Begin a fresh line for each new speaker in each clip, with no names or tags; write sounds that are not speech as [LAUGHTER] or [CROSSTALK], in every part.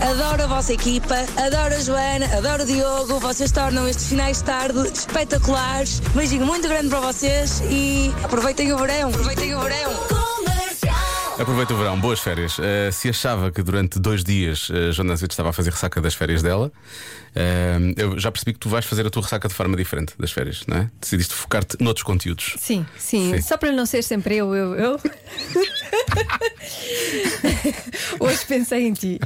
Adoro a vossa equipa, adoro a Joana, adoro o Diogo. Vocês tornam estes finais de tarde espetaculares. Beijinho muito grande para vocês e aproveitem o verão. Aproveitem o verão.
Aproveita o verão, boas férias. Eh, se achava que durante dois dias eh, a Joana Azevedo estava a fazer ressaca das férias dela, eh, eu já percebi que tu vais fazer a tua ressaca de forma diferente das férias, não é? Decidiste focar-te noutros conteúdos.
Sim, é
[LAUGHS]
sim,
Sim.
Só para não ser sempre eu, eu, eu. [LAUGHS] Hoje pensei em ti.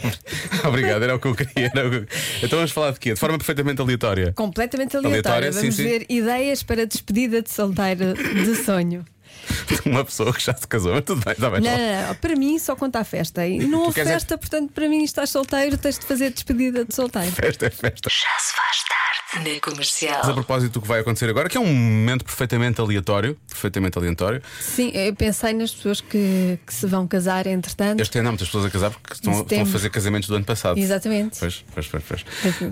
Obrigado, era o que eu queria. era o que eu- Então vamos falar de quê? De forma perfeitamente aleatória.
Completamente aleatória.
Aleatória, sim,
Vamos
sim.
ver ideias para despedida de solteiro de sonho.
De Uma pessoa que já se casou, mas tudo bem, está bem.
Não,
está bem.
não, não. Para mim só conta a festa. E não
Tu
houve
queres é-
festa, portanto, para mim estás solteiro, tens de fazer despedida de solteiro.
Festa é festa.
Já se faz tarde na
Mas a
comercial.
propósito do que vai acontecer agora, que é um momento perfeitamente aleatório, perfeitamente aleatório.
Sim, eu pensei nas pessoas que, que se vão casar entretanto.
Este ano há muitas pessoas a casar porque estão, estão a
Setembro.
fazer casamentos do ano passado.
Exatamente.
Pois, pois, pois, pois.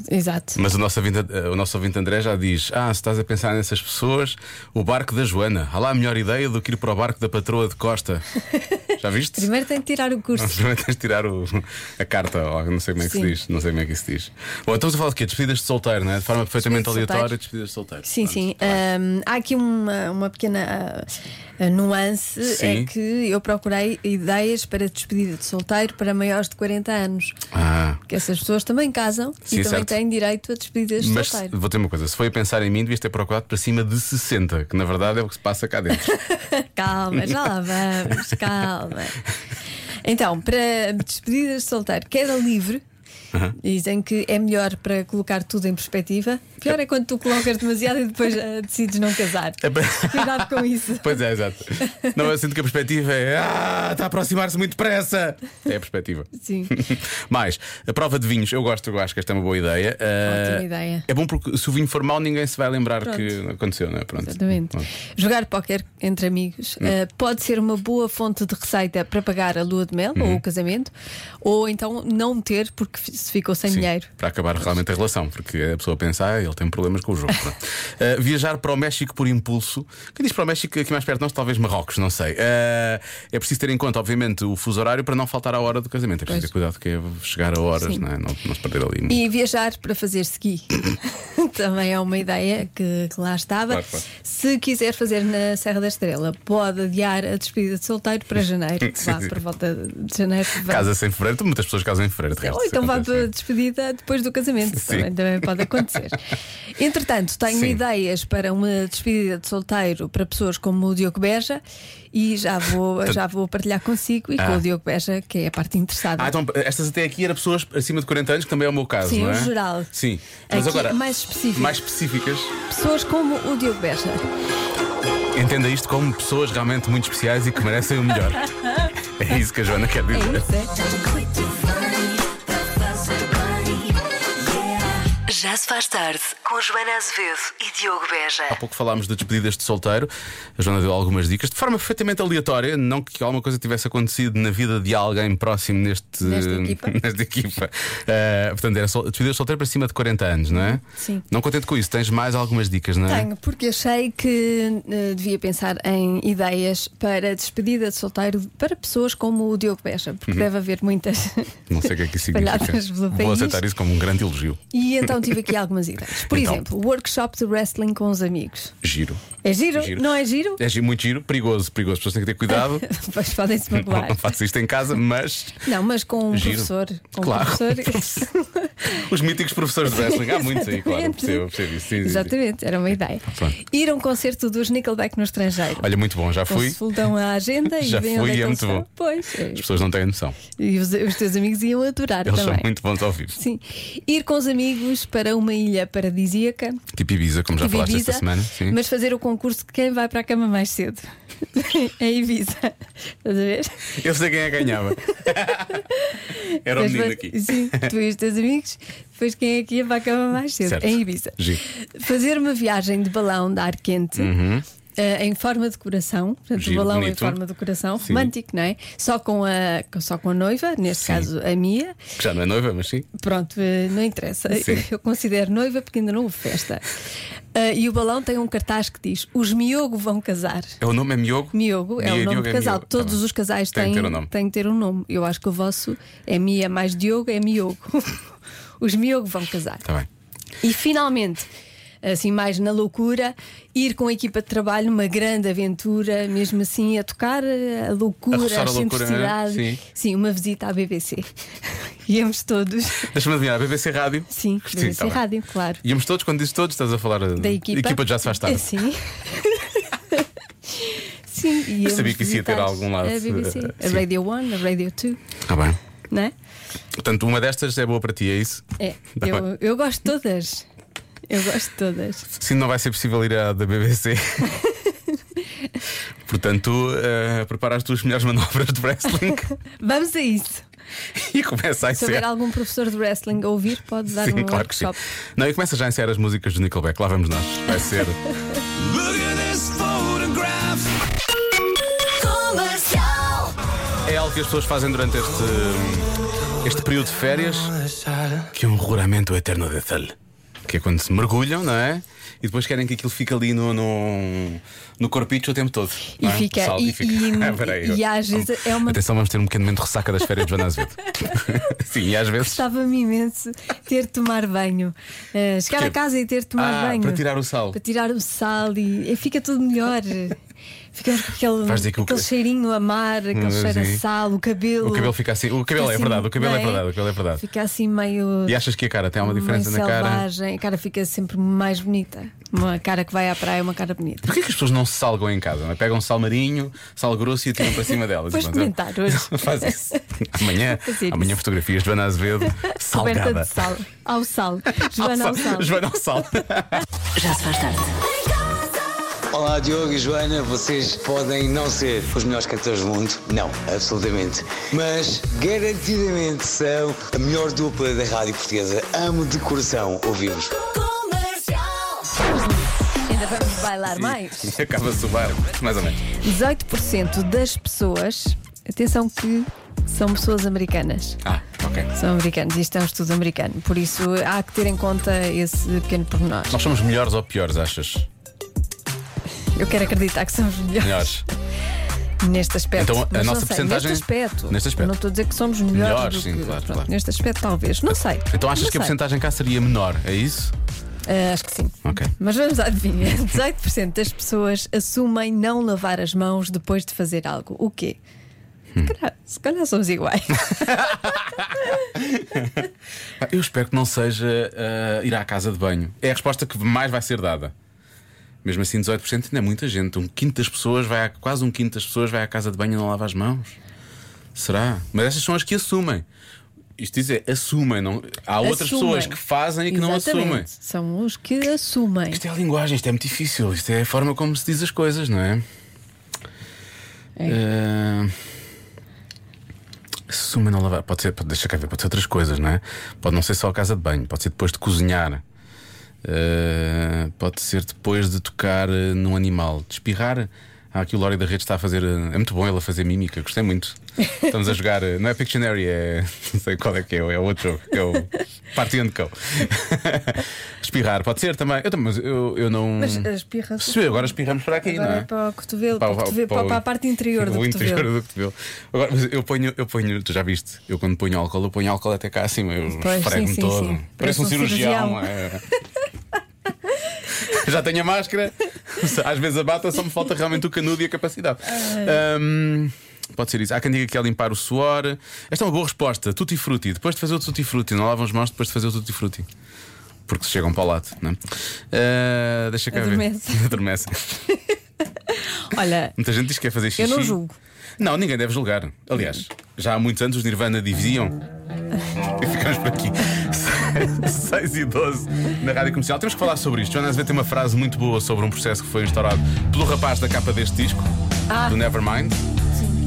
Exato.
Mas o nosso, ouvinte, eh, o nosso ouvinte André já diz: Ah, se estás a pensar nessas pessoas, o barco da Joana. Há lá a melhor ideia do que ir para o barco da patroa de Costa.
[LAUGHS]
Já viste?
Primeiro tem de tirar o
[LAUGHS]
curso.
Primeiro tens de tirar o- a carta, ou não sei como é que
Sim.
se diz. Não sei como é que se diz. Bom, estamos a falar de quê? Despedidas de solteiro, não é? De forma perfeitamente
Despedidas de
aleatória,
solteiro.
despedidas de solteiro.
Sim,
Pronto,
sim.
tá bem.
Ahm, há aqui uma, uma pequena ah, nuance:
Sim.
é que eu procurei ideias para despedida de solteiro para maiores de 40 anos.
Ah.
Que essas pessoas também casam
Sim,
e também
certo.
têm direito a despedidas de
Mas
solteiro. [LAUGHS]
vou ter uma coisa, se foi a pensar em mim, devias ter procurado para cima de 60, que na verdade é o que se passa cá dentro.
Calma, já
[LAUGHS]
lá vamos, calma. Então, para despedidas de solteiro, queda livre. Dizem que é melhor para colocar tudo em perspectiva. Pior é quando tu colocas demasiado e depois ah, decides não casar. [LAUGHS] Cuidado com isso.
É Pois é, exato. Não, eu sinto que a perspectiva é. Ah, está a aproximar-se muito depressa! É a perspectiva.
Sim.
[LAUGHS] Mais, a prova de vinhos, eu gosto, eu acho que esta é uma boa ideia. Ah,
Ótima ideia.
É bom porque se o vinho for mau, ninguém se vai lembrar
Pronto.
que aconteceu, não é? Pronto.
Exatamente.
Pronto.
Jogar póquer entre amigos
Hum.
eh, pode ser uma boa fonte de receita para pagar a lua de mel
Hum.
ou o casamento, ou então não ter porque fi- se ficou sem
Sim,
dinheiro.
para acabar realmente a relação, porque a pessoa pensa, ah, ele tem problemas com o jogo.
[LAUGHS]
Pronto. Ah, viajar para o México por impulso. Quem diz para o México, aqui mais perto de nós, talvez Marrocos, não sei. Ah, é preciso ter em conta, obviamente, o fuso horário para não faltar à hora do casamento. É preciso ter cuidado que é chegar a horas,
Sim.
não, é? não, não se perder ali.
E viajar para fazer ski [LAUGHS] também é uma ideia que, que lá estava.
Claro, claro.
Se quiser fazer na Serra da Estrela, pode adiar a despedida de solteiro para janeiro.
[LAUGHS] Sim,
vá
sim.
por volta de janeiro. vá.
Casa-se em fevereiro, então muitas pessoas casam em fevereiro, de resto.
Ou
isso
então vá
acontece, não é?
para a despedida depois do casamento,
Sim.
também, também pode
[LAUGHS]
acontecer. Entretanto, tenho
Sim.
ideias para uma despedida de solteiro para pessoas como o Diogo Beja e
[LAUGHS]
já vou, já vou partilhar consigo e com
Então Ah.
o Diogo Beja, que é a parte interessada.
Ah, então estas até aqui eram pessoas acima de 40 anos, que também é o meu caso,
Sim,
não é?
o geral.
Sim, mas
Aqui,
agora.
mais específico.
mais específicas.
Pessoas como o Diogo Beja.
Hum. Entenda isto como pessoas realmente muito especiais e que merecem o
[LAUGHS]
melhor. é isso que a Joana quer
É
dizer.
isso, é?
Já se faz tarde com Joana Azevedo e Diogo Beja.
Há pouco falámos de despedidas de solteiro. A Joana deu algumas dicas de forma perfeitamente aleatória, não que alguma coisa tivesse acontecido na vida de alguém próximo neste,
Nesta equipa.
[LAUGHS] nesta equipa. Eh, portanto, era sol- despedidas de solteiro para cima de 40 anos, não é?
Sim.
Não contente com isso, tens mais algumas dicas, não é?
Tenho, porque achei que eh, devia pensar em ideias para despedida de solteiro para pessoas como o Diogo Beja,
Uhum.
porque deve haver muitas. [LAUGHS]
Não sei o que é que isso
Espalhadas
significa.
pelo
Vou
país.
aceitar isso como um grande elogio.
E então tive aqui algumas ideias. Por
Então.
exemplo, workshop de wrestling com os amigos.
Giro.
É giro?
Giro.
Não é
[LAUGHS]
giro?
É gi- muito giro, perigoso, perigoso. As pessoas têm que ter cuidado.
[LAUGHS] Pois podem-se
Não,
magoar.
não faço isto em casa, mas
Não, mas com um
Giro.
professor. Com
Claro.
Um
[LAUGHS]
professor.
os míticos professores de wrestling, há muitos aí, claro.
Exatamente.
Percebo, percebo isso. Sim, sim, sim.
Exatamente, era uma ideia.
Pronto.
Ir a um concerto dos Nickelback no estrangeiro.
Olha, muito bom, já fui.
Consultam a agenda e
Já
veem
fui
onde é
e
que
é
eles
muito
estão.
bom.
Pois. é.
As pessoas não têm noção.
E os, os teus amigos iam adorar
Eles
também.
são muito bons ao vivo.
Sim. Ir com os amigos para uma ilha paradisíaca.
Tipo Ibiza, como já
Tive
falaste esta
Ibiza,
semana. Sim.
Mas fazer o concurso de quem vai para a cama mais cedo. [LAUGHS] é Ibiza. Estás a ver?
Eu sei quem é que
[LAUGHS]
ganhava. Era o
Depois
menino
vai-
aqui.
Sim, tu e os teus amigos. Depois quem é que ia para a cama mais cedo?
Certo.
Em Ibiza.
Giro.
Fazer uma viagem de balão de ar quente. eh, em forma de coração, portanto,
Uhum. Giro,
o balão
bonito.
em forma de coração,
Sim.
romântico, não é? Só com a, com- só com a noiva, neste
Sim.
caso a minha,
Que já não é noiva, mas sim.
Pronto, eh, não interessa. [LAUGHS]
Sim.
Eu considero noiva porque ainda não houve festa. Ah, e o balão tem um cartaz que diz: Os Miogo vão casar.
É, o nome é Miogo?
Miogo
Mi-
é o nome
Miogo
do casal.
Miogo.
Todos
Tá bem.
os casais
Tem
têm,
que ter um nome.
têm que ter um nome. Eu acho que o vosso é Mia mais Diogo, é Miogo. [LAUGHS] os Miogo vão casar.
Tá bem.
E finalmente, assim mais na loucura, ir com a equipa de trabalho, uma grande aventura, mesmo assim, a tocar eh, a
A
loucura,
roçar
a,
a loucura, é?
excentricidade.
sim.
uma visita à BBC. [LAUGHS] Íamos todos.
Deixa-me adivinhar, BBC Rádio?
Sim, BBC
tá bem.
Rádio, claro.
Íamos todos, quando dizes todos, estás a falar
Da equipa.
Hum. equipa de já se faz
Eh,
tarde. [LAUGHS]
Sim. Sim, e
Eu sabia que isso ia ter algum lado,
A BBC,
eh,
a
sim.
Radio 1, a Radio 2,
Está Tá bem.
não é?
Portanto, uma destas é boa para ti, é isso?
É,
Tá
eu, eu gosto de todas. Eu gosto de todas.
Sim, não vai ser possível ir à da BBC. Portanto, eh, prepara as tuas melhores manobras de wrestling
Vamos a isso.
e começa a
Se houver
encerrar.
algum professor de wrestling a ouvir, pode dar
é. Sim,
um
claro que sim.
workshop.
Não, e começa já a ensaiar as músicas do Nickelback, lá vamos nós. Vai
[LAUGHS]
ser.
Look at this photograph.
É algo que as pessoas fazem durante este, este período de férias, que é um roramento eterno de sal. Que é quando se mergulham, não é? E depois querem que aquilo fique ali no, no, no corpicho o tempo todo.
E
não é?
fica-
Sal,
e-
fica- [LAUGHS]
e-
Ah, peraí,
e às vezes
vamos-
é uma-
Atenção, vamos ter um pequeno momento de ressaca das férias de Joana Azevedo. [LAUGHS] Sim, e às vezes.
Gostava-me imenso ter de tomar banho. Eh, chegar
Porquê?
a casa e ter de tomar
Ah,
banho.
para tirar o sal.
Para tirar o sal e, e fica tudo melhor. Ficamos com aquele,
Vais dizer que o
aquele
ca-
cheirinho a mar, aquele
Sim.
cheiro a sal, o cabelo.
O cabelo fica assim. O cabelo é
assim,
verdade, o cabelo é
não
verdade, o cabelo é verdade.
Fica assim meio.
E achas que a cara tem uma
meio
diferença na cara?
selvagem. A cara fica sempre mais bonita. Uma cara que vai à praia é uma cara bonita.
Porquê que as pessoas não se salgam em casa? não é? Pegam sal marinho, sal grosso e tiram para cima delas.
Vais
E pronto,
comentar
é-
hoje.
[LAUGHS] Faz
[LAUGHS]
isso. Amanhã,
Vou fazer
amanhã
isso.
fotografias de Joana Azevedo
Coberta
salgada.
de sal. Ao sal.
[LAUGHS]
Joana ao sal.
Joana ao sal.
Já se faz tarde.
Olá Diogo e Joana, vocês podem não ser os melhores cantores do mundo, não, absolutamente, mas garantidamente são a melhor dupla da rádio portuguesa. Amo de coração ouvir-vos.
Ainda vamos bailar mais.
E [LAUGHS] acaba-se o bar, mais ou menos.
18% das pessoas, atenção que são pessoas americanas.
Ah, ok.
São americanos, isto é um estudo americano, por isso há que ter em conta esse pequeno pormenor.
Nós somos melhores ou piores, achas?
Eu quero acreditar que somos melhores,
Melhores.
neste aspecto.
Então, a
Mas não
nossa
sei,
percentagem-
Neste aspecto.
Neste aspecto.
Não estou a dizer que somos melhores.
Melhores,
do
sim,
que-
claro,
pronto,
claro.
Neste aspecto, talvez. Não sei.
Então achas
Não
que a
sei.
porcentagem cá seria menor, é isso?
Ah, acho que sim.
Ok.
Mas vamos à adivinha. [LAUGHS] 18% das pessoas assumem não lavar as mãos depois de fazer algo. O quê?
Hum.
Se calhar- Se calhar somos iguais.
Ah, Eu espero que não seja ah, ir à casa de banho. É a resposta que mais vai ser dada. Mesmo assim, 18% ainda é muita gente. Um quinto das pessoas vai à, quase um quinto das pessoas vai à casa de banho e não lava as mãos. Será? Mas estas são as que assumem. Isto diz é, assumem. Não... Há outras
Assumem.
pessoas que fazem [LAUGHS] e que
Exatamente.
não assumem.
São os que assumem.
Isto é a linguagem, isto é muito difícil. Isto é a forma como se diz as coisas, não é?
É.
Ah, Assuma não lavar. Pode ser, pode, deixa cá ver, pode ser outras coisas, não é? Pode não ser só a casa de banho, pode ser depois de cozinhar. Ah, pode ser depois de tocar ah, num animal, de espirrar. Ah, aqui o Lória da Rede está a fazer. ah, É muito bom ele a fazer mímica, gostei muito. Estamos a jogar. ah, Não é Pictionary, é. [LAUGHS] Não sei qual é que é, é outro jogo. que É o Party and Co. [LAUGHS] espirrar, pode ser também. Eu, também, mas eu, eu não.
Mas as pirras.
Se agora espirramos para aqui, não
Agora
é?
é para o cotovelo, para, o cotovelo- para- para a parte interior
[LAUGHS]
do
o interior
cotovelo.
do cotovelo. Agora, mas eu ponho, eu ponho, tu já viste, eu quando ponho álcool, eu ponho álcool até cá acima, eu
Pois,
esfrego-me
sim, sim,
todo.
sim.
Parece um
Parece um
cirurgião.
cirurgião.
é. [LAUGHS] já tenho a máscara, [LAUGHS] às vezes a bata, só me falta realmente o canudo e a capacidade.
Ah.
Hum, Pode ser isso. Há quem diga que é limpar o suor. Esta é uma boa resposta. Tutti frutti. Depois de fazer o tutti frutti, não lavam as mãos depois de fazer o tutti frutti. Porque se chegam para o lado, não é? Ah,
[LAUGHS]
deixa cá [LAUGHS]
Adormecem.
ver. Adormecem. [LAUGHS]
Olha,
Muita gente diz que quer fazer xixi.
É. Eu não julgo.
Não, ninguém deve julgar. Aliás, já há muitos anos os Nirvana diziam.
[LAUGHS]
E ficamos por aqui. [LAUGHS] 6 e 12 na rádio comercial. Temos que falar sobre isto. Joana Azevedo tem uma frase muito boa sobre um processo que foi instaurado pelo rapaz da capa deste disco,
Ah.
do Nevermind.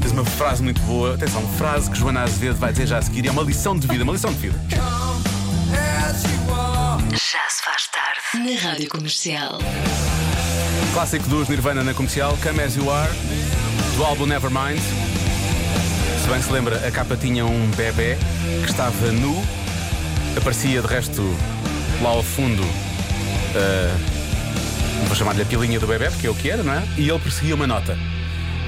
Tens uma frase muito boa. Atenção, uma frase que Joana Azevedo vai dizer já a seguir. E é uma lição de vida, uma lição de vida.
As you are.
Já se faz tarde. Na Rádio Comercial.
Clássico dos Nirvana na comercial, Come As You Are, do álbum Nevermind. Se bem se lembra, a capa tinha um bebê que estava nu, aparecia de resto lá ao fundo ah, vou chamar-lhe a pilinha do bebê, porque é o que era, não é? E ele perseguia uma nota.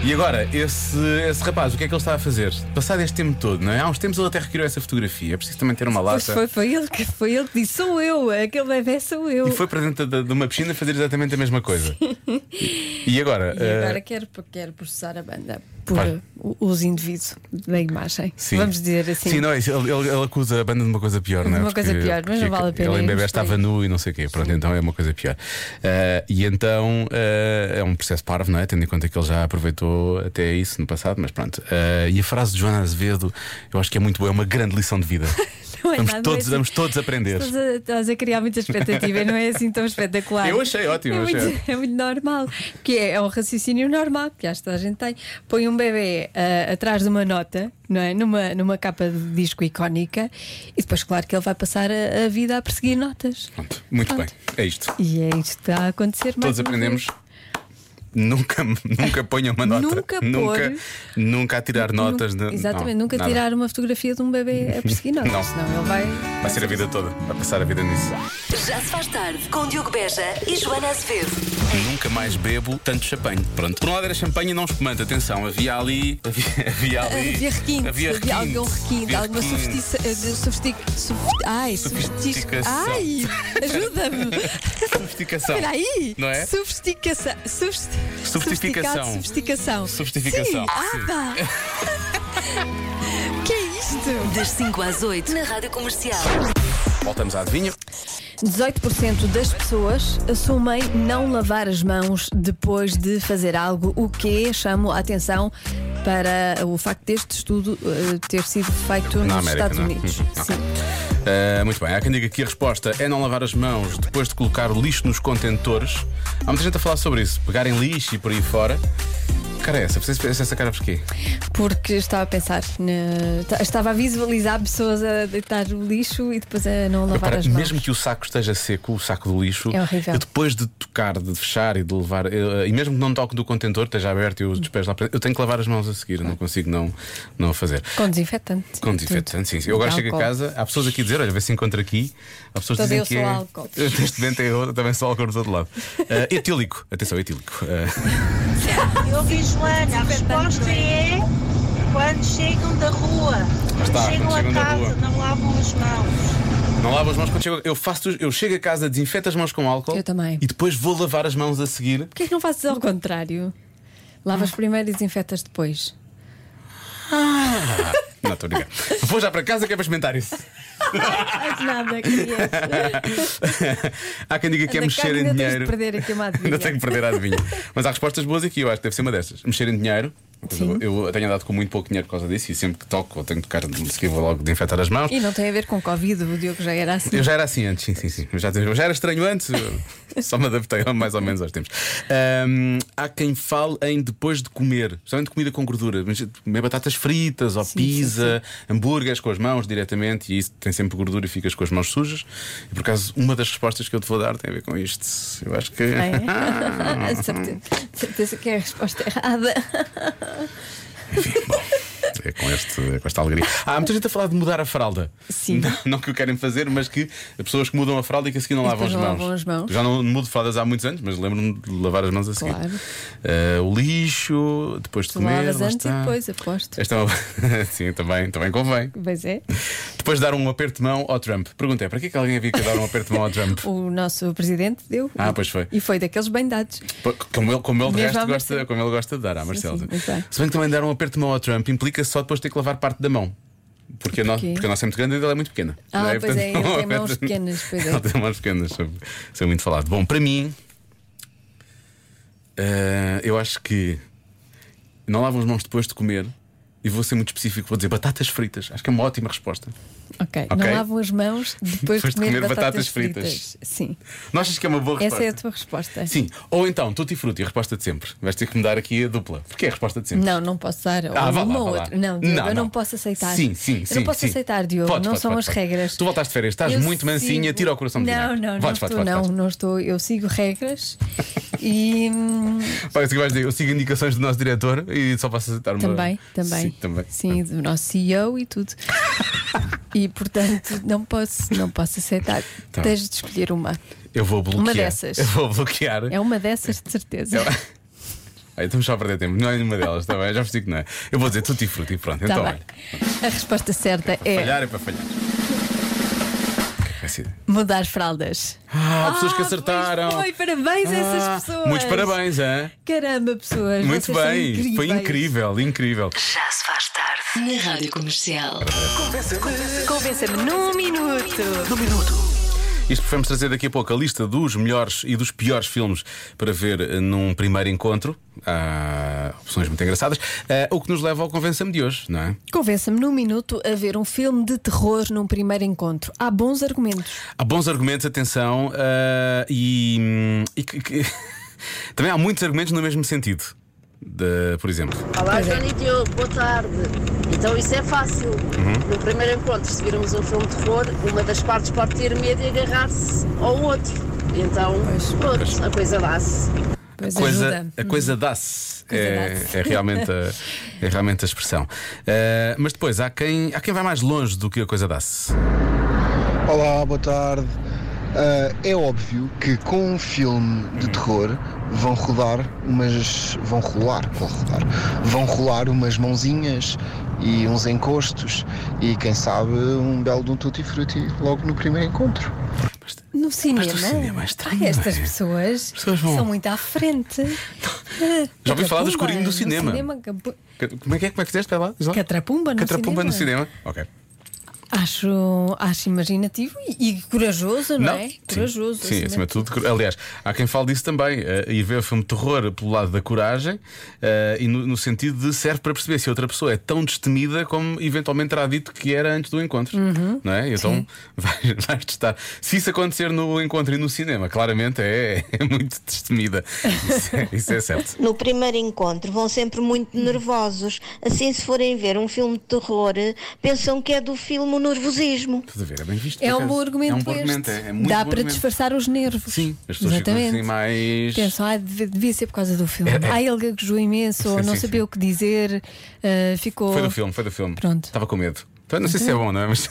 E agora, esse, esse rapaz, o que é que ele estava a fazer? Passado este tempo todo, não é? Há uns tempos ele até retirou essa fotografia. É preciso também ter uma lata.
Pois foi, foi ele que foi ele que disse: sou eu, aquele bebê sou eu.
E foi para dentro da- de uma piscina fazer exatamente a mesma coisa.
[LAUGHS]
E, e agora?
E agora
eh,
quero, quero processar a banda por
Vai.
o- os indivíduos da imagem.
sim.
Vamos dizer assim.
Sim, não, é isso. ele, ele- ele acusa a banda de uma coisa pior, não é?
De uma coisa pior, mas não vale a pena
Ele em bebê
irmos por
estava
aí.
nu e não sei o quê. Pronto, então é uma coisa pior. Eh, e então eh, é um processo parvo, não é? Tendo em conta que ele já aproveitou até isso no passado, mas pronto. Eh, e a frase de Joana Azevedo, eu acho que é muito boa, é uma grande lição de vida.
[LAUGHS] Não é
vamos,
nada,
todos,
é assim.
vamos todos aprender.
Estás a, estás a criar muita expectativa e não é assim tão espetacular.
Eu achei ótimo,
É,
eu achei.
Muito, é muito normal. Que é, é um raciocínio normal, que acho que toda a gente tem. Põe um bebê ah, atrás de uma nota, não é? Numa, numa capa de disco icónica, e depois, claro, que ele vai passar a, a vida a perseguir notas.
Pronto, muito
Pronto.
bem, é isto.
E é isto que está a acontecer mais
Todos
uma vez.
aprendemos. Nunca, [LAUGHS] nunca ponham uma nota.
Nunca pôr.
nunca, nunca atirar notas.
Nunca-
de-
Exatamente,
não,
nunca
nada.
tirar uma fotografia de um bebê
[LAUGHS]
a perseguir notas,
Não.
senão ele vai.
Vai ser a vida toda, vai passar a vida nisso.
Já se faz tarde com Diogo Beja e Joana Azevedo.
Nunca mais bebo tanto champanhe. Pronto. Por um lado era champanhe e não espumante. Atenção, havia ali. Havia, havia ali.
Havia requinte, havia,
requinte,
algum requinte,
havia
alguma eh,
requinte.
sofisticação. Ai,
Sofisticação.
sofisticação.
[LAUGHS]
Ai, ajuda-me.
Sofisticação.
Espera aí.
Não é?
Sofisticação. Sofist...
Sofisticação.
sofisticado, Sofisticação.
Sofisticação,
Sim. Ah, O que é isto?
Das 5 às 8 na Rádio Comercial.
Voltamos à adivinha.
18% das pessoas assumem não lavar as mãos depois de fazer algo, o que chamo a atenção para o facto deste estudo eh, ter sido feito nos
América,
Estados
não é?
Unidos.
Hum, ok.
Sim.
Ah, muito bem, há quem diga que a resposta é não lavar as mãos depois de colocar o lixo nos contentores. Há muita gente a falar sobre isso, pegarem lixo e por aí fora. Que Cara, é essa? Vocês pensam essa cara porquê?
Porque estava a pensar, na- ta- estava a visualizar pessoas a deitar o lixo e depois a não lavar
Repara,
as mãos.
mesmo que o saco esteja seco, o saco do lixo,
É horrível.
eu depois de tocar, de fechar e de levar, eu, eh, e mesmo que não toque do contentor, esteja aberto e eu os pés lá para dentro, eu tenho que lavar as mãos a seguir, eu não consigo não, não fazer.
Com desinfetante.
Com
e tudo.
desinfetante, sim, sim. Eu agora chego a
Álcool.
casa, há pessoas aqui a dizer: olha, vê se encontro aqui. Há pessoas que dizem
Todo eu
que
sou
é.
álcool.
[LAUGHS] Neste momento é eu também sou álcool do outro lado. Eh, etílico, atenção, etílico. Eh,
Eu vi Joana, a resposta é quando chegam da rua. Quando
está,
chegam
quando
a
chegam da rua.
casa, não lavam as mãos.
não lavo as mãos quando chego. Eu, faço, eu chego a casa, desinfeto as mãos com álcool.
Eu também.
E depois vou lavar as mãos a seguir.
Porquê que não fazes ao contrário?
Ah.
Lavas primeiro e desinfetas depois.
Não, estou a brincar. Vou já para casa que é para experimentar isso.
Faz nada, criança.
[LAUGHS] há quem diga que é
Anda cá,
mexer em
ainda tens de
dinheiro.
perder aqui uma adivinha.
[LAUGHS] Ainda tenho que perder a adivinha. Mas há respostas boas aqui, eu acho que deve ser uma destas. Mexer em dinheiro.
Sim.
Eu, eu tenho andado com muito pouco dinheiro por causa disso e sempre que toco ou tenho que tocar, eu vou logo desinfetar as mãos.
E não tem a ver com Covid, o Diogo já era assim.
Eu já era assim antes, sim, sim, sim. Eu já, eu já era estranho antes, eu só me adaptei mais ou menos aos tempos. Ahm, há quem fale em depois de comer, especialmente comida com gordura, mas comer batatas fritas ou pizza, hambúrgueres com as mãos diretamente, e isso tem sempre gordura e ficas com as mãos sujas. E por acaso, uma das respostas que eu te vou dar tem a ver com isto. Eu acho que. [LAUGHS]
É? [LAUGHS] certeza, certeza que é a resposta errada.
É com, este, é com esta alegria. Há muita gente a falar de mudar a fralda.
Sim.
Não, não que o querem fazer, mas que pessoas que mudam a fralda e que a seguir não
E
lavam as,
depois não
mãos.
lavam as mãos.
Já não mudo fraldas há muitos anos, mas lembro-me de lavar as mãos a seguir.
Claro.
Eh, o lixo, depois de
Tu
comer.
lavas
lá
antes e
está.
depois, aposto.
Esta é uma- [LAUGHS] Sim, também, também convém.
Pois é.
Depois de dar um aperto de mão ao Trump. Pergunta é: para que é que alguém havia que dar um aperto de mão ao Trump?
O nosso presidente deu.
Ah, pois foi.
E foi daqueles bem dados.
Como ele, como ele de
Mesmo
resto
à
gosta,
Marcela.
como ele gosta de dar à Marcela.
sim, muito bem.
Se bem que também dar um aperto de mão ao Trump implica só depois ter que lavar parte da mão. Porque a, no-
Porquê?
porque a nossa é muito grande e dela é muito pequena.
Ah,
não
pois é, ele tem mãos pequenas, pois é.
Ele tem mãos pequenas, sou, sou muito falado. Bom, para mim, eh, eu acho que não lavam as mãos depois de comer e vou ser muito específico, vou dizer batatas fritas. Acho que é uma ótima resposta.
Ok.
Ok.
Não lavam as mãos depois de comer, batatas, fritas. Sim.
Não achas que é uma boa
Essa
resposta?
é a tua resposta.
Sim, ou então, tutti frutti, a resposta de sempre. Vais ter que me dar aqui a dupla. Porque é a resposta de sempre.
Não, não posso dar ou
Ah, vá
uma
lá, vá
ou
lá.
outra. Não, Diogo, eu não posso aceitar.
Sim, sim,
eu
sim.
não posso
sim.
aceitar, Diogo.
Podes,
não
podes,
são
podes,
as
podes.
regras.
Tu voltaste de férias, estás
Eu
muito mansinha,
sigo-
tira o coração de é?
Não, não, não,
Podes, podes,
estou,
podes,
não,
podes.
não estou. Eu sigo regras e hum,
Parece que vais dizer, eu sigo indicações do nosso diretor e só posso aceitar uma.
também, também.
Sim, também.
Sim, do nosso CEO e tudo. e portanto, não posso, não posso aceitar.
Tá.
Tens de escolher uma.
Eu vou bloquear.
dessas.
Eu vou bloquear.
É uma dessas, de certeza.
Eu- [LAUGHS] Ai, estamos só a perder tempo. Não é nenhuma delas, está bem? Já percebi que não é. Eu vou dizer tutti frutti e pronto.
Tá
então,
bem.
olha.
A resposta certa é
Falhar é para falhar. O que é que vai ser?
mudar fraldas.
Ah, pessoas que
Ah,
acertaram.
pois foi, parabéns a
Ah,
essas pessoas.
Muitos parabéns, hein?
Caramba, pessoas.
Muito
vocês são
bem, foi
incríveis.
incrível, incrível.
Já se faz tarde. Na Rádio Comercial.
Convença-me num minuto.
Isto vamos trazer daqui a pouco a lista dos melhores e dos piores filmes para ver eh, num primeiro encontro. Há opções muito engraçadas. Eh, o que nos leva ao convença-me de hoje, não é?
Convença-me num minuto a ver um filme de terror num primeiro encontro. Há bons argumentos.
Há bons argumentos, atenção, eh, e, hum, e que- que- [LAUGHS] também há muitos argumentos no mesmo sentido. De- por exemplo,
Olá, Joana e Diogo, boa tarde. Então isso é fácil. No primeiro encontro, se virmos um filme de terror, uma das partes pode ter medo e agarrar-se ao outro. Então, pronto, a coisa dá-se.
Pois
coisa, É-
ajuda.
a coisa dá-se.
Uhum. Coisa
É,
dá-se.
é realmente a, é realmente a expressão. Eh, mas depois, há quem, há quem vai mais longe do que a coisa dá-se.
Olá, boa tarde. Ah, é óbvio que com um filme de terror vão rodar umas. vão rolar, vão rodar, vão rolar umas mãozinhas e uns encostos e quem sabe um belo de um tutti frutti logo no primeiro encontro.
No cinema.
cinema é estranho,
Ai, estas
não é?
pessoas,
pessoas vão-
são muito à frente.
Já ouvi falar do
Catrapumba,
escurinho do
no
cinema.
capu-
Como é que é? Como é que fizeste? Pera lá, diz lá.
Catrapumba no
Catrapumba no
cinema.
cinema. Ok.
Acho, acho imaginativo e, e corajoso, não, é?
sim.
Corajoso.
Sim,
assim,
acima de tudo. cor- Aliás, há quem fale disso também. eh, ir ver o filme de terror pelo lado da coragem eh, e no, no sentido de serve para perceber se a outra pessoa é tão destemida como eventualmente terá dito que era antes do encontro.
Uhum.
Não é? Então [LAUGHS] vais, vais testar. Se isso acontecer no encontro e no cinema, claramente é, [LAUGHS] é muito destemida. Isso é, isso é certo.
No primeiro encontro vão sempre muito nervosos. Assim, se forem ver um filme de terror, pensam que é do filme o nervosismo.
Estás a ver? É bem visto.
É
por
um
acaso.
bom argumento.
É um bom argumento.
este.
é- é muito
Dá
bom
para
argumento.
disfarçar os nervos.
Sim, as pessoas ficam assim mais.
Pensam, ah, devia, devia ser por causa do filme.
É, é.
Ah, ele gaguejou imenso, ou
Sim,
não
sim,
sabia
sim.
o que dizer, ah, ficou.
Foi do filme, foi do filme.
Pronto.
Estava com medo. Então, não sei se é bom, não é? Mas,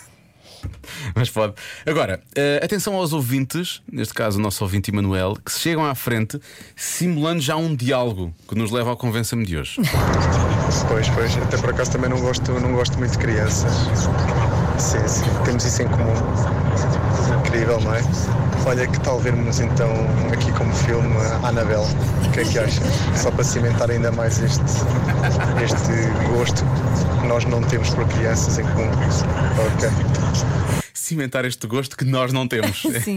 [LAUGHS] mas pode. Agora, eh, atenção aos ouvintes, neste caso o nosso ouvinte Emanuel, que se chegam à frente simulando já um diálogo que nos leva ao convença-me de
[LAUGHS]
hoje.
Pois, pois, até por acaso também não gosto, não gosto muito de crianças. Sim, sim, temos isso em comum. Incrível, não é? Olha, que tal vermos então aqui como filme a Anabel? O que é que achas? Só para cimentar ainda mais este, este gosto que nós não temos por crianças em comum. Ok.
Cimentar este gosto que nós não temos.
[LAUGHS] [LAUGHS] Sim.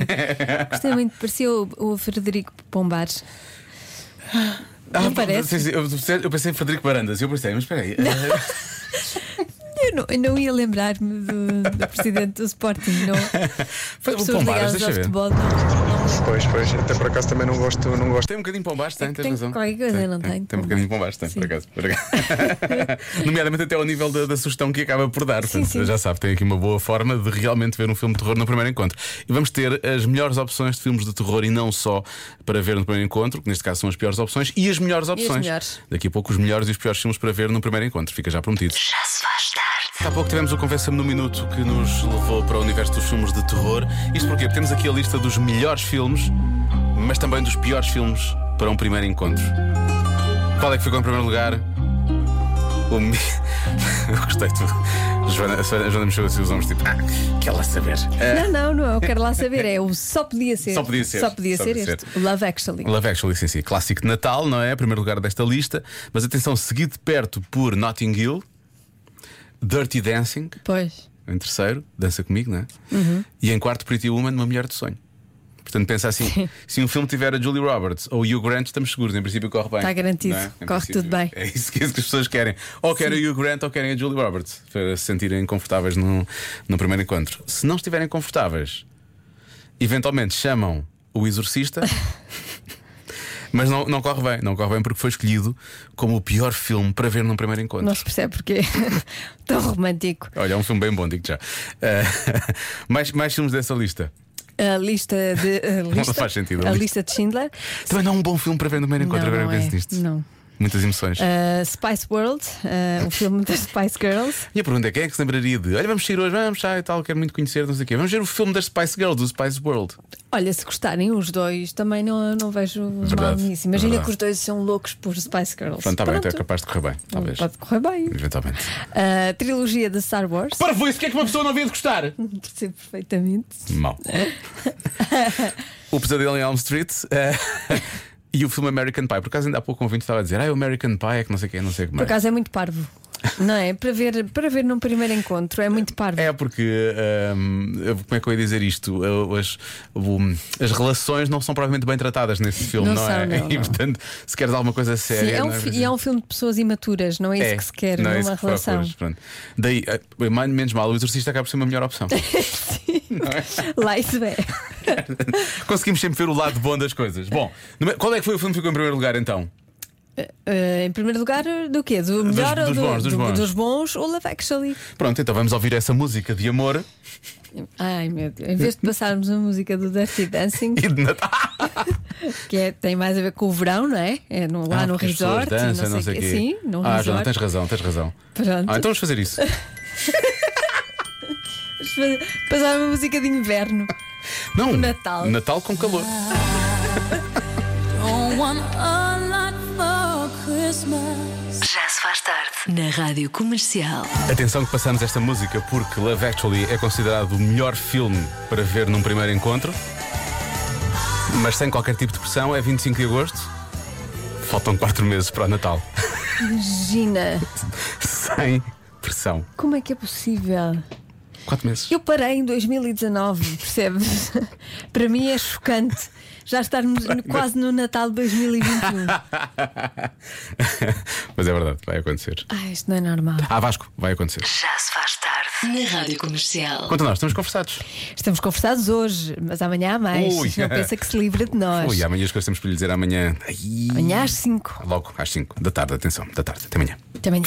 Gostei muito, parecia o, o Frederico Pombares.
[LAUGHS] Ah,
Não parece?
sim, sim, Eu pensei- eu pensei em Frederico Barandas, eu pensei, mas
[LAUGHS]
espera aí. eh, [LAUGHS]
Eu não, eu não ia lembrar-me do, do presidente do Sporting, não.
[LAUGHS] Foi o
Pessoas
Pombares,
ligadas
deixa
ao
ver.
futebol, não.
Pois, pois, até por acaso também não gosto, não gosto.
Tem um bocadinho para baixo, tem,
É que
tens
tem
razão.
qualquer coisa,
tem,
não
tem,
tem?
tem um bocadinho para baixo, tem, por
Sim.
acaso. Por acaso. [LAUGHS] Nomeadamente até ao nível da, da sugestão que acaba por dar. Portanto,
sim.
Já sabe, tem aqui uma boa forma de realmente ver um filme de terror no primeiro encontro. E vamos ter as melhores opções de filmes de terror e não só para ver no primeiro encontro, que neste caso são as piores opções, e as melhores opções.
melhores.
Daqui a pouco os melhores e os piores filmes para ver no primeiro encontro. Fica já prometido.
Já se faz tarde.
Há pouco tivemos o Convença-me no Minuto que nos levou para o universo dos filmes de terror. Isto porque temos aqui a lista dos melhores filmes, mas também dos piores filmes para um primeiro encontro. Qual é que ficou em primeiro lugar? O. Mi- [LAUGHS] Eu gostei de tudo. Joana, a Joana, a Joana mexeu assim os ombros, tipo, ah, que ela saber. Ah,
Não, não, não, eu quero lá saber. É o só podia ser.
Só podia ser.
Só podia
Só
ser
podia
este. Love Actually.
Love Actually, sim, sim. Clássico de Natal, não é? Primeiro lugar desta lista. Mas atenção, seguido de perto por Notting Hill, Dirty Dancing.
Pois.
Em terceiro, Dança Comigo, não é?
Uhum.
E em quarto, Pretty Woman, Uma Mulher de Sonho. Portanto, pensa assim: se um filme tiver a Julie Roberts ou Hugh Grant, estamos seguros, em princípio corre bem.
Está Tá garantido,
não é? Em
corre
princípio,
tudo bem.
É isso que, é isso que as pessoas querem. Ou querem o Hugh Grant ou querem a Julie Roberts, para se sentirem confortáveis no, no primeiro encontro. Se não estiverem confortáveis, eventualmente chamam o
[LAUGHS]
exorcista. Mas não, não corre bem, não corre bem porque foi escolhido como o pior filme para ver num primeiro encontro.
Não se percebe porque [LAUGHS] tão romântico.
Olha, é um filme bem bom, digo já. Eh, [LAUGHS] mais, mais filmes dessa lista.
A lista de. a lista-
faz sentido, a
A
lista.
lista de Schindler.
Também não é um bom filme para ver no primeiro encontro,
não,
agora
não
eu penso
é.
nisto.
Não.
Muitas emoções.
Uh, Spice World, uh, o filme das [LAUGHS] Spice Girls.
E a pergunta é: quem é que se lembraria de? Olha, vamos sair hoje, vamos sair e tal, quero muito conhecer, não sei o quê. Vamos ver o filme das Spice Girls, do Spice World.
Olha, se gostarem os dois, também não, não vejo mal
Verdade,
nisso. Imagina
verdade.
que os dois são loucos por Spice Girls.
Pronto, está bem,
Pronto.
então
Hum,
é capaz de correr bem, talvez.
Pode correr bem.
Eventualmente.
A trilogia de Star Wars. [LAUGHS]
Para isso, o que é que uma pessoa não havia de gostar?
Percebo perfeitamente. [LAUGHS]
Mal. o Pesadelo em Elm Street eh, [LAUGHS] e o filme American Pie. Por acaso, ainda há pouco um ouvinte estava a dizer: Ah, o American Pie é que não sei quem, não sei o que
Por
mais.
acaso é muito parvo. Não é? Para ver, para ver num primeiro encontro é muito parvo.
É porque, ahm, como é que eu ia dizer isto? Eu- As, o- as relações não são provavelmente bem tratadas nesse filme, não,
Não são,
é?
não,
e
não.
portanto, se queres alguma coisa séria.
Sim, é um,
não é?
fi- e é um filme de pessoas imaturas, não é isso
É,
que se quer
não é isso
numa
que
relação.
procuras, pronto. Daí, eh, mais- menos mal, o exorcista acaba por ser uma melhor
[LAUGHS]
opção.
Lá isso é.
Conseguimos sempre ver o lado bom das coisas. Bom, numa- qual é que foi o filme que ficou em primeiro lugar então?
Eh, em primeiro lugar, do quê? Do melhor
dos
ou do-
bons, dos
do-
bons.
bons ou Love Actually?
Pronto, então vamos ouvir essa música de amor
Ai meu Deus, em vez de passarmos a música do
[LAUGHS]
Dirty Dancing,
e de Natal.
que é- tem mais a ver com o verão, não é? É no- lá
Ah,
no
porque as pessoas
resort. e
dançam,
não sei o quê. Sim, no
ah, Joana,
resort.
tens razão, tens razão.
Pronto.
Ah, então vamos fazer isso. então-
[LAUGHS] Passar uma música de inverno.
Não,
O Natal.
Natal com calor.
Já se faz tarde. Na Rádio Comercial.
Atenção que passamos esta música porque Love Actually é considerado o melhor filme para ver num primeiro encontro. Mas sem qualquer tipo de pressão, é 25 de agosto. Faltam 4 meses para o Natal. [LAUGHS]
Imagina,
sem pressão.
como é que é possível?
4 meses.
Eu parei em 2019, percebes? [LAUGHS] Para mim é chocante já estarmos no- quase no Natal de
[LAUGHS]
2021.
[LAUGHS] Mas é verdade, vai acontecer.
Ah, isto não é normal.
Ah, Vasco, vai acontecer.
Já se faz tarde. Na Rádio Comercial.
Quanto a nós, estamos conversados.
Estamos conversados hoje, mas amanhã há mais.
Ui.
Não pensa que se livra de nós.
Ui, amanhã as coisas temos para lhe dizer amanhã. Ai,
Amanhã às 5.
Logo às 5 da tarde, atenção, da tarde. Até amanhã.
Até amanhã.